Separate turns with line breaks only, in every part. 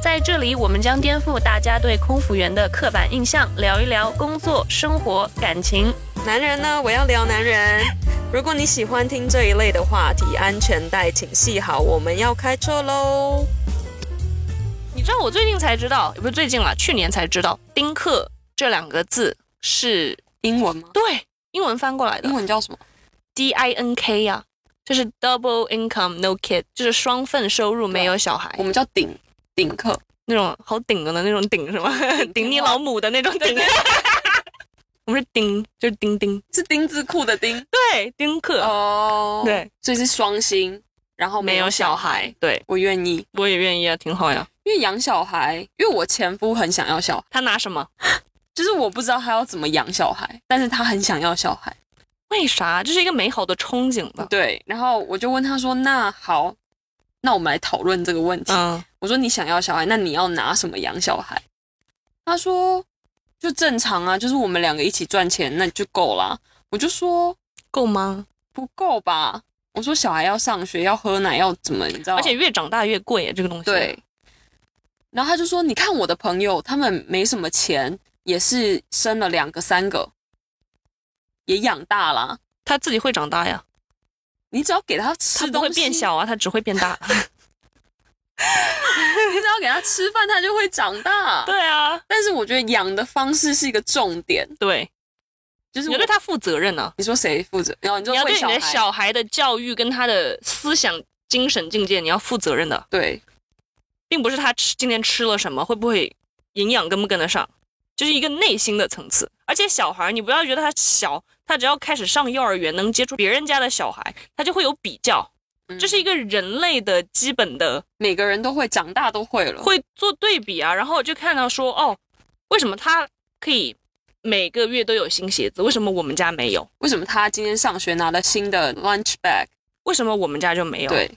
在这里，我们将颠覆大家对空服员的刻板印象，聊一聊工作、生活、感情。
男人呢？我要聊男人。如果你喜欢听这一类的话题，安全带请系好，我们要开车喽。
你知道我最近才知道，也不是最近了，去年才知道“丁克”这两个字是
英文吗？
对英文翻过来的
英文叫什么？
D I N K 呀、就是 double income no kid，就是双份收入没有小孩
我，们叫顶顶客，
那种好顶的那种顶是吗？顶你老母的那种顶。 我们是丁，就是丁丁，
是丁字裤的丁
对，丁克，
哦
对，
所以是双薪，然后
没有小孩，，对
我愿意，
我也愿意啊，挺好呀。
因为养小孩，因为我前夫很想要小孩，
他拿什么？
就是我不知道他要怎么养小孩，但是他很想要小孩，
为啥？这是一个美好的憧憬吧。
对，然后我就问他说，那好，那我们来讨论这个问题，
嗯，
我说你想要小孩，那你要拿什么养小孩？他说就正常啊，就是我们两个一起赚钱，那就够啦。我就说
够吗？
不够吧，我说小孩要上学，要喝奶，要怎么，你知道？
而且越长大越贵，这个东西。
对，。然后他就说，你看我的朋友，他们没什么钱，也是生了两个、三个，也养大啦。
他自己会长大呀，
你只要给他
他
吃
不
东西，
会变，小啊，他只会变大。
你只要给他吃饭，他就会长大。
对啊，
但是我觉得养的方式是一个重点，
对，
就是
你
我
要对他负责任啊。
你说谁负责？然后你就
你要
喂
对
小
你
孩，
的小孩的教育跟他的思想、精神境界，你要负责任的，
对
并不是他吃今天吃了什么，会不会营养跟不跟得上，就是一个内心的层次。而且小孩儿，你不要觉得他小，他只要开始上幼儿园，能接触别人家的小孩，他就会有比较，这是一
个
个人类的基本的
嗯每个人都会长大都会了，
会做对比啊。然后我就看到说，哦，为什么他可以每个月都有新鞋子，为什么我们家没有？
为什么他今天上学拿了新的 lunch bag？
为什么我们家就没有？
对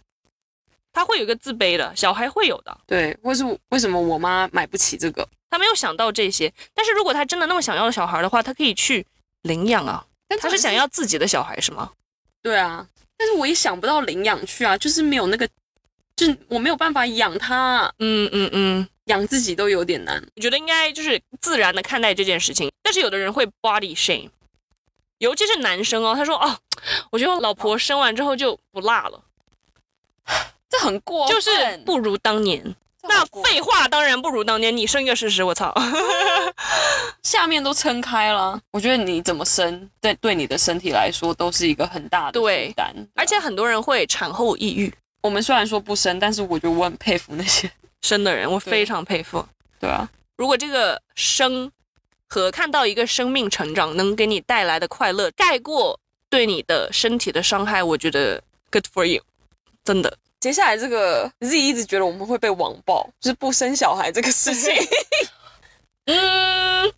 他会有一个自卑的，小孩会有的。
对，或是为什么我妈买不起这个？
他没有想到这些。但是如果他真的那么想要小孩的话，他可以去领养啊。
但
他是想要自己的小孩是吗？
对啊，但是我也想不到领养去啊，就是没有那个，就是我没有办法养它，
嗯嗯嗯，
养自己都有点难。
我觉得应该就是自然的看待这件事情。但是有的人会 body shame，尤其是男生哦，他说哦，我觉得我老婆生完之后就不辣了，
这很过
就是不如当年。那废话，当然不如当年。你生一个试试，我 操！
下面都撑开了。我觉得你怎么生，对对你的身体来说都是一个很大的
对
负担。啊
而且很多人会产后抑郁
我们虽然说不生，但是我觉得我很佩服那些，
生的人，我
对
非常佩服。
对啊，
如果这个生和看到一个生命成长能给你带来的快乐盖过对你的身体的伤害，我觉得 good for you，真的。
接下来这个 Z 一直觉得我们会被网暴，就是不生小孩这个事 情。
嗯，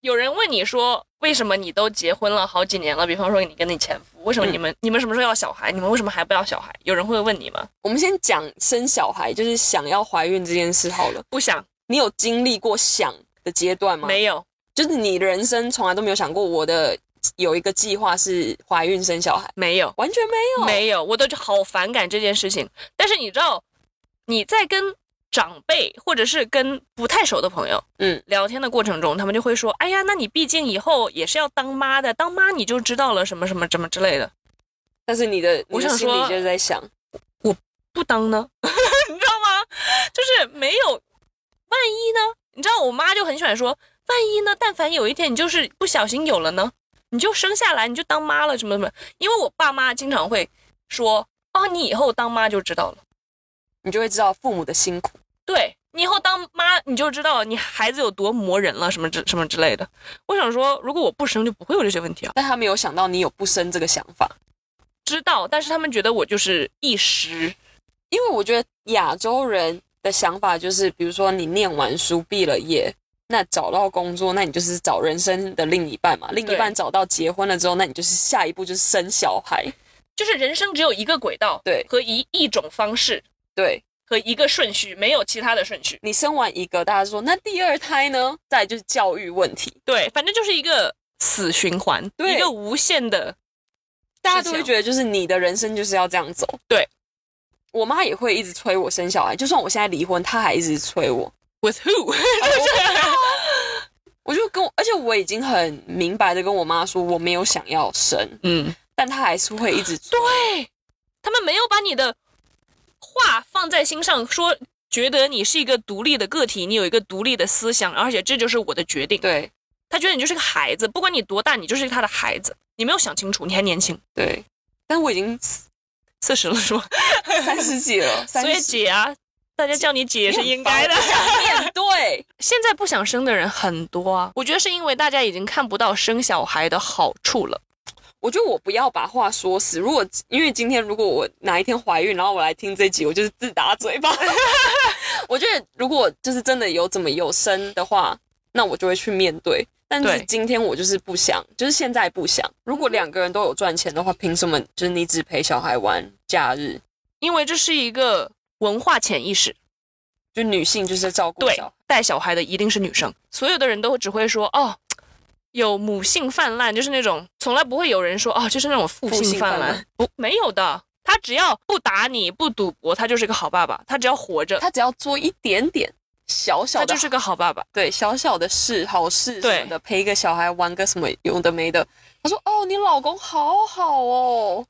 有人问你说为什么你都结婚了好几年了，比方说你跟你前夫，为什么你们、你们什么时候要小孩？你们为什么还不要小孩？有人会问你吗？
我们先讲生小孩，就是想要怀孕这件事好了。
不想，
你有经历过想的阶段吗？，
没有，
就是你人生从来都没有想过我的有一个计划是怀孕生小孩，
没有。
完全没有。
没有，我都好反感这件事情。但是你知道，你在跟长辈或者是跟不太熟的朋友，
嗯，
聊天的过程中，他们就会说：“哎呀，那你毕竟以后也是要当妈的，当妈你就知道了什么什么什么之类的。
但是你的，
我
你的
想
心里
说
就是在想，
不当呢， 你知道吗？就是没有，万一呢？你知道我妈就很喜欢说，万一呢？但凡有一天你就是不小心有了呢，你就生下来你就当妈了什么什么。因为我爸妈经常会说：哦，你以后当妈就知道了。”
你就会知道父母的辛苦。
对你以后当妈，你就知道你孩子有多磨人了，什么之什么之类的。我想说，如果我不生，就不会有这些问题啊。
但他没有想到你有不生这个想法，
知道，但是他们觉得我就是一时，
因为我觉得亚洲人的想法就是，比如说你念完书毕了业，那找到工作，那你就是找人生的另一半嘛。另一
对
半找到结婚了之后，那你就是下一步就是生小孩。
就是人生只有一个轨道，
对
和一一种方式
对
和一个顺序，没有其他的顺序。
你生完一个，大家说那第二胎呢？再来就是教育问题，
对，反正就是一个死循环，
对
一个无限的。
大家都会觉得就是你的人生就是要这样走。
对，
我妈也会一直催我生小孩，就算我现在离婚，她还一直催我。
With who？
我就跟我，而且我已经很明白的跟我妈说我没有想要生，
嗯，
但她还是会一直催。
对，他们没有把你的话放在心上，说觉得你是一个独立的个体，你有一个独立的思想，而且这就是我的决定。
对
他觉得你就是个孩子，不管你多大，你就是他的孩子。你没有想清楚，你还年轻，
对，但我已经
四十了是吗？
三十几了， 三
所以
十几
姐啊，大家叫你姐也是应该的
你。很烦我不想面对。
现在不想生的人很多啊，我觉得是因为大家已经看不到生小孩的好处了。
我觉得我不要把话说死。如果因为今天如果我哪一天怀孕，然后我来听这集，我就是自打嘴 巴。我觉得如果就是真的有怎么有生的话，那我就会去面对。但是
对
今天我就是不想，就是现在不想。如果两个人都有赚钱的话，凭什么就是你只陪小孩玩假日？
因为这是一个文化潜意识，
就女性就是照顾
对
小孩，
带小孩的一定是女生，所有的人都只会说哦，有母性泛滥，就是那种从来不会有人说哦，就是那种父
父性
性泛
泛
滥
滥，
不没有的。他只要不打你，不赌博，他就是个好爸爸。他只要活着，
她只要做一点点小小
他
的，
就是个好爸爸。
对小小的事、好事什么的，陪一个小孩玩个什么有的没的。他说：“哦，你老公好好哦。”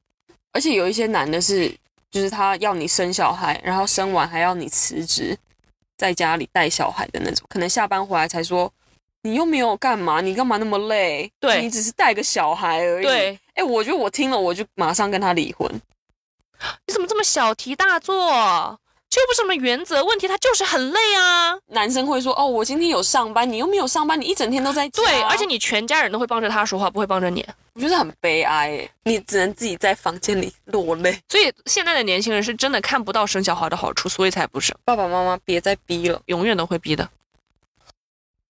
而且有一些男的是，就是他要你生小孩，然后生完还要你辞职，在家里带小孩的那种。可能下班回来才说：“你又没有干嘛，你干嘛那么累？
对
你只是带个小孩而已。”
对，
哎、我觉得我听了，我就马上跟他离婚。
你怎么这么小题大做？就不是什么原则问题，他就是很累啊。
男生会说：“哦，我今天有上班，你又没有上班，你一整天都在家。”
对，而且你全家人都会帮着他说话，不会帮着你。
我觉得很悲哀耶，你只能自己在房间里落泪。
所以现在的年轻人是真的看不到生小孩的好处，所以才不生，
爸爸妈妈别再逼了，
永远都会逼的。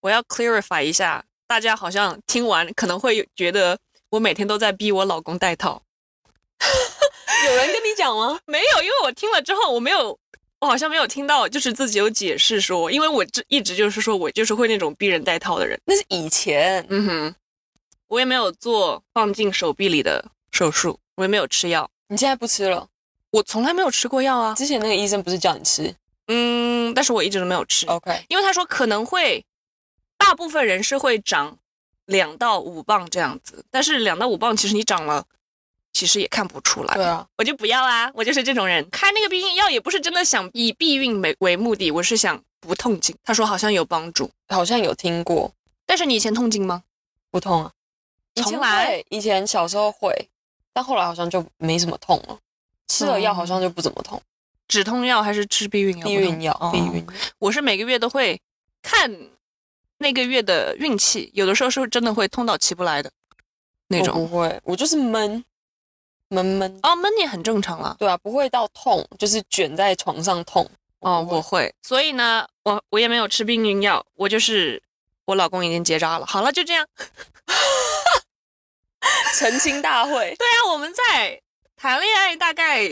我要 clarify 一下，大家好像听完可能会觉得我每天都在逼我老公戴套，
有人跟你讲吗？
没有，因为我听了之后我没有。我好像没有听到，就是自己有解释说，因为我这一直就是说我就是会那种逼人戴套的人，
那是以前，
嗯哼，我也没有做放进手臂里的手术，我也没有吃药，
你现在不吃了。
我从来没有吃过药啊，
之前那个医生不是叫你吃
嗯，但是我一直都没有吃，
？OK，
因为他说可能会，大部分人是会长两到五磅这样子，但是两到五磅其实你长了，其实也看不出来。
对啊，
我就不要啊，我就是这种人。开那个避孕药也不是真的想以避孕为为目的，我是想不痛经。他说好像有帮助，
好像有听过，
但是你以前痛经吗？
不痛啊。以前
从来
会以前小时候会，但后来好像就没什么痛了。吃了药好像就不怎么痛，
止痛药还是吃避孕药？
避孕药嗯
哦，
避孕药。
我是每个月都会看那个月的运气，有的时候是真的会痛到起不来的那
我
种。
不会，我就是闷，闷闷。
哦，闷也很正常啦。
对啊，不会到痛，就是卷在床上痛。
哦，
不会
我会。所以呢，我我也没有吃避孕药，我就是我老公已经结扎了。好了，就这样。
澄清大会，
对啊，我们在谈恋爱大概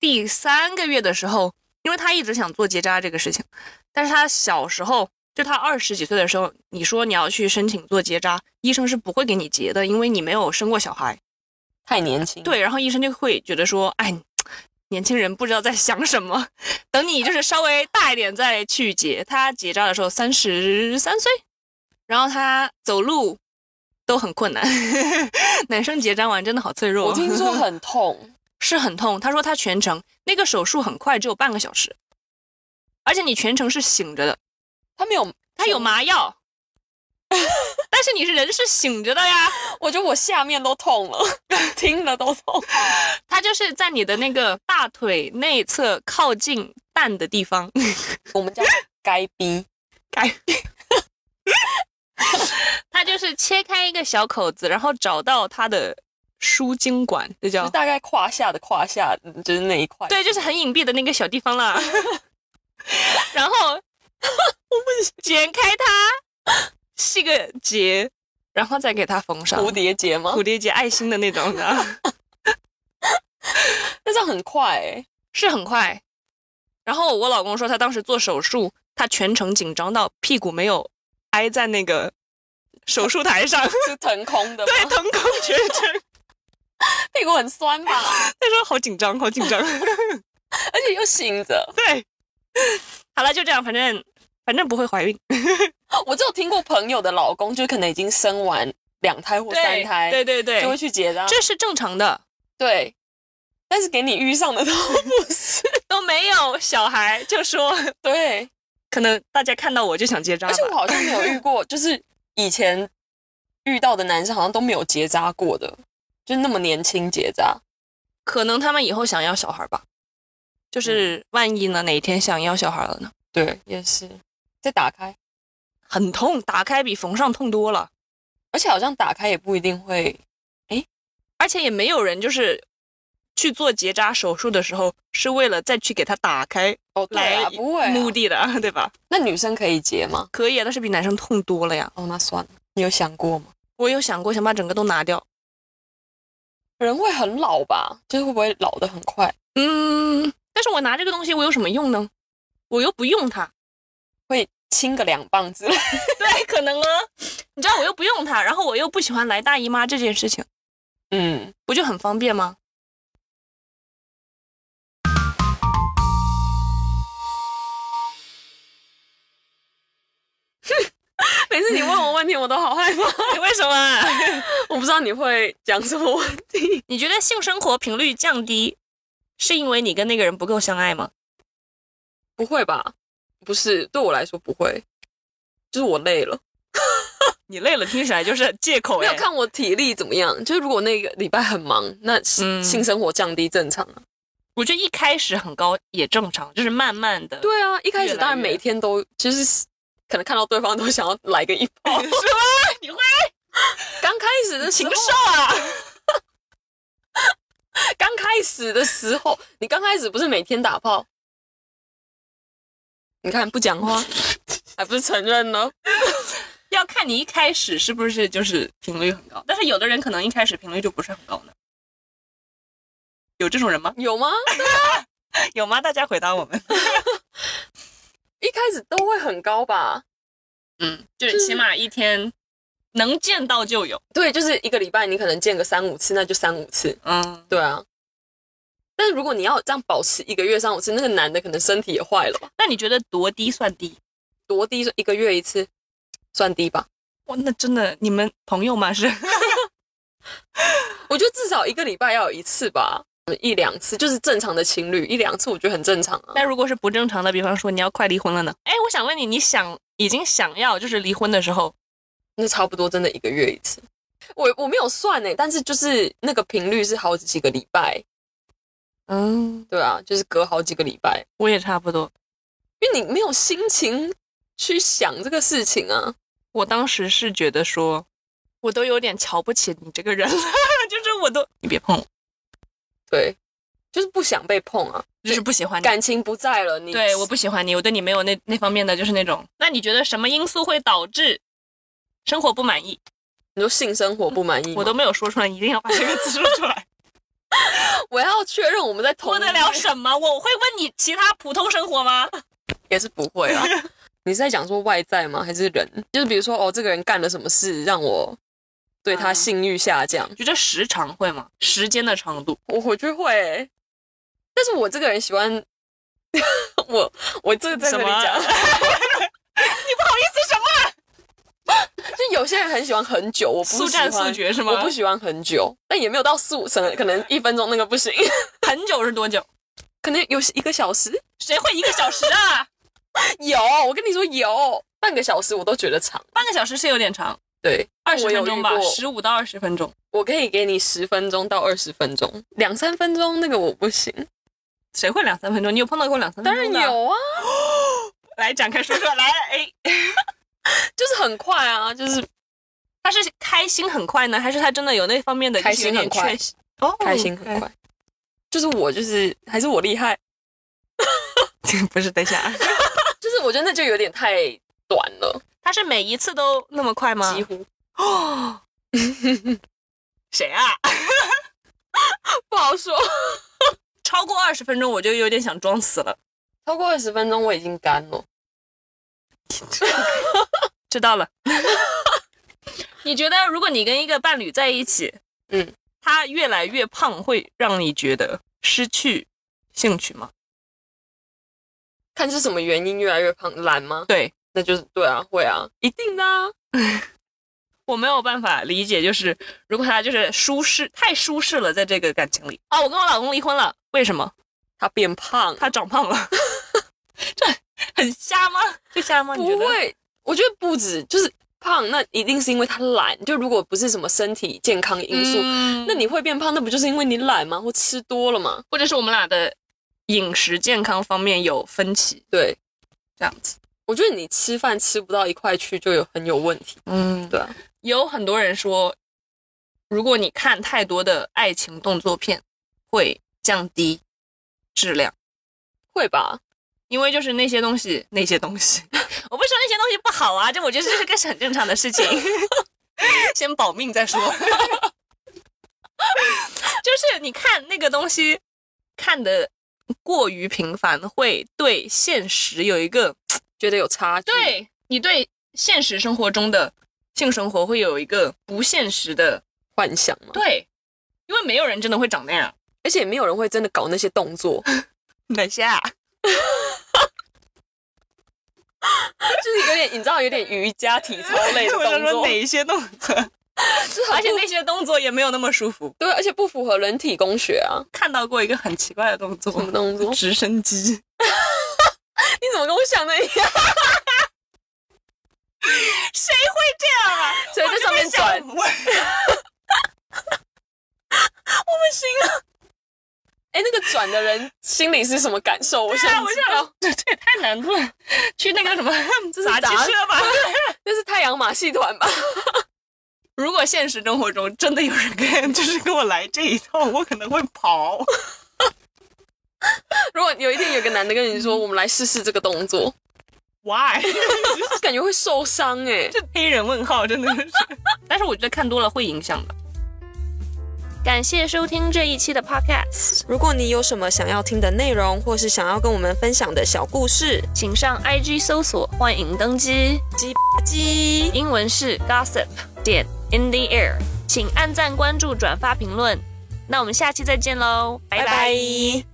第三个月的时候，因为他一直想做结扎这个事情，但是他小时候。就他二十几岁的时候，你说你要去申请做结扎，医生是不会给你结的，因为你没有生过小孩。
太年轻。
对，然后医生就会觉得说，哎，年轻人不知道在想什么，等你就是稍微大一点再去结。他结扎的时候三十三岁，然后他走路都很困难， 男生结扎完真的好脆弱。哦
我听说很痛，
是很痛，他说他全程那个手术很快，只有半个小时，而且你全程是醒着的，
他没有，
他有？麻药。 但是你是人是醒着的呀，
我觉得我下面都痛了， 听了都痛。
他就是在你的那个大腿内侧靠近蛋的地方，
我们叫该 逼，
改。他就是切开一个小口子，然后找到他的输精管，这
就
叫
是大概胯下的胯下，嗯就是那一块。
对，就是很隐蔽的那 个小地方啦。然后 我不剪开它，系个结，然后再给它缝上
蝴蝶结吗
啊蝴？蝶结爱心的那 种的，
那这样很快哎、
是很快。然后我老公说，他当时做手术，他全程紧张到屁股没有挨在那个手术 台上，
是腾空的吗？
对，腾空全程。
屁股很酸 吧？
他说好紧张，好紧 张。
而且又醒着。
对，好了，就这样，反正反正不会怀孕。
我只有听过朋友的老公，就是可能已经生完两胎或三胎，
对对对
就会去结扎。
这是正常的，
对，但是给你遇上的都不 是。
都没有小孩就说，
对，
可能大家看到我就想结扎
而且我
吧。
好像没有遇过，就是以前遇到的男生好像都没有结扎过的，就那么年轻结扎。
可能他们以后想要小孩吧，就是万一呢，哪天想要小孩了呢？
对，也是。再打开，
很痛，打开比缝上痛多了，
而且好像打开也不一定会。
而且也没有人就是去做结扎手术的时候是为了再去给它打开
哦，对
来
啊，不会啊、
目的的，对吧？
那女生可以结吗？
可以啊，但是比男生痛多了呀。
哦，那算了。你有想过吗？
我有想过想把整个都拿掉，
人会很老吧？就是会不会老得很快？
嗯，但是我拿这个东西我有什么用呢？我又不用它，
会轻个两磅之类？
对，可能啊，你知道我又不用它，然后我又不喜欢来大姨妈这件事情，
嗯，
不就很方便吗？
每次你问我问题，我都好害怕，
你为什么啊？
我不知道你会讲什么问题。
你觉得性生活频率降低，是因为你跟那个人不够相爱吗？
不会吧？不是，对我来说不会，就是我累了。
你累了，听起来就是借口
没有
哎
看我体力怎么样，就是如果那个礼拜很忙，那
嗯
性生活降低正常啊。
我觉得一开始很高也正常，就是慢慢的。
对啊，一开
越
始
来
当然
越
每天都就是可能看到对方都想要来个一炮。
是 吗？你会
刚开始的时
禽
候，
兽啊？
刚开始的时候，你刚开始不是每天打炮？你看不讲 话，还不是承认了？
要看你一开始是不是就是频率很高，但是有的人可能一开始频率就不是很高呢。有这种人吗？
有吗？
有吗？大家回答我们。
一开始都会很高吧？
嗯，就是起码一天能见到就有。
对，就是一个礼拜你可能见个三五次，那就三五次。
嗯，
对啊，但是如果你要这样保持一个月三五次，那个男的可能身体也坏了吧？
那你觉得多低算低？
多低？一个月一次，算低吧？
哇，那真的你们朋友吗？ 是
我觉得至少一个礼拜要有一次吧，嗯一两次就是正常的情侣一两次，我觉得很正常啊。
那如果是不正常的，比方说你要快离婚了呢？哎，我想问你，你想已经想要就是离婚的时候，
那差不多真的一个月一次。我我没有算呢，但是就是那个频率是好几个礼拜，
嗯，
对啊，就是隔好几个礼拜，
我也差不多。
因为你没有心情去想这个事情啊。
我当时是觉得说，我都有点瞧不起你这个人了， 就是我都你别碰我，
对，就是不想被碰啊，
就是不喜欢你。
感情不在了，你
对，我不喜欢你，我对你没有那那方面的就是那种。那你觉得什么因素会导致生活不满意？
你说性生活不满意吗，
我都没有说出来，你一定要把这个字说 出来。
我要确认我们在同
脱
一
得了什么？我会问你其他普通生 活吗？
也是不会 啊。你是在讲说外在吗？还是人？就是比如说哦，这个人干了什么事让我对他
嗯
性欲下降？
觉得时长会吗？时间的长度，
我回去会欸、但是我这个人喜欢 我我这个在这里
什么啊
讲，
不好意思，什么？啊
就有些人很喜欢很久，我不
速
喜
战速
欢
决是吗
我不喜欢很久，但也没有到四五，可能可能一分钟那个不行，
很久是多久？
可能有一个小时。
谁会一个小时啊？
有，我跟你说有，半个小时我都觉得长。
半个小时是有点长，
对，
二十
我有
分钟
遇
吧，
过
十五到二十分钟。
我可以给你十分钟到二十分钟，两三分钟那个我不行。
谁会两三分钟？你有碰到过两三分
当
钟
然
的？
有啊，
来展开说说来。哎，
就是很快啊，就是
他是开心很快呢，还是他真的有那方面的
开心很快？
就是有点缺哦，
开心很快。就是我就是还是我厉害，
OK。不是，等一下，
就是我觉得那就有点太短了。
他是每一次都那么快吗？
几乎
哦， 谁啊？
不好说。
超过二十分钟我就有点想装死了。
超过二十分钟我已经干了。
知道了。 你觉得如果你跟一个伴侣在一起，
嗯，
他越来越胖，会让你觉得失去兴趣吗？
看是什么原因越来越胖，懒吗？
对
那就是对啊，会啊，一定的啊。
我没有办法理解，就是如果他就是舒适太舒适了，在这个感情里啊，我跟我老公离婚了，为什么？
他变胖，
他长胖了， 这很瞎吗？这瞎吗？你觉
不
得？
会，我觉得不止就是胖，那一定是因为他懒。就如果不是什么身体健康因素，
嗯，
那你会变胖，那不就是因为你懒吗？或吃多了吗？
或者是我们俩的饮食健康方面有分歧，
对，
这样子。
我觉得你吃饭吃不到一块去就有很有问题。
嗯，
对啊，
有很多人说，如果你看太多的爱情动作片，会降低质量，
会吧？
因为就是那些东西，那些东西， 我不是说那些东西不好啊，这我觉得这是个很正常的事情， 先保命再说。 就是你看那个东西看的过于频繁，会对现实有一个
觉得有差距。，
对你对现实生活中的性生活会有一个不现实的
幻想嘛。
对，因为没有人真的会长那样。
而且没有人会真的搞那些动作，
等下，
就是有点你知道有点瑜伽体操类的动作，
一些动作，
就是很
而且
不
那些动作也没有那么舒服。
对，而且不符合人体工学啊。
看到过一个很奇怪的动
什么
作，
动作？
直升机，
你怎么跟我想的一样？
谁会这样啊？
谁在上面转？
我就在想
哎，那个转的人心里是什么感受？我
对啊，
想
我
知
就
道，
想，这这也太难度了。去那个什么
就是
杂技
杂
社吧。
那是太阳马戏团吧？
如果现实生活中真的有人跟就是跟我来这一套，我可能会跑。
如果有一天有个男的跟你
嗯
说，我们来试试这个动作，
Why？
感觉会受伤哎、
这黑人问号真的是，但是我觉得看多了会影响的。感谢收听这一期的 Podcast，
如果你有什么想要听的内容，或是想要跟我们分享的小故事，
请上 IG 搜索“欢迎登机
鸡吧鸡”，。
英文是 Gossip 点 In the Air，请按赞、关注、转发、评论。那我们下期再见喽，拜拜
拜拜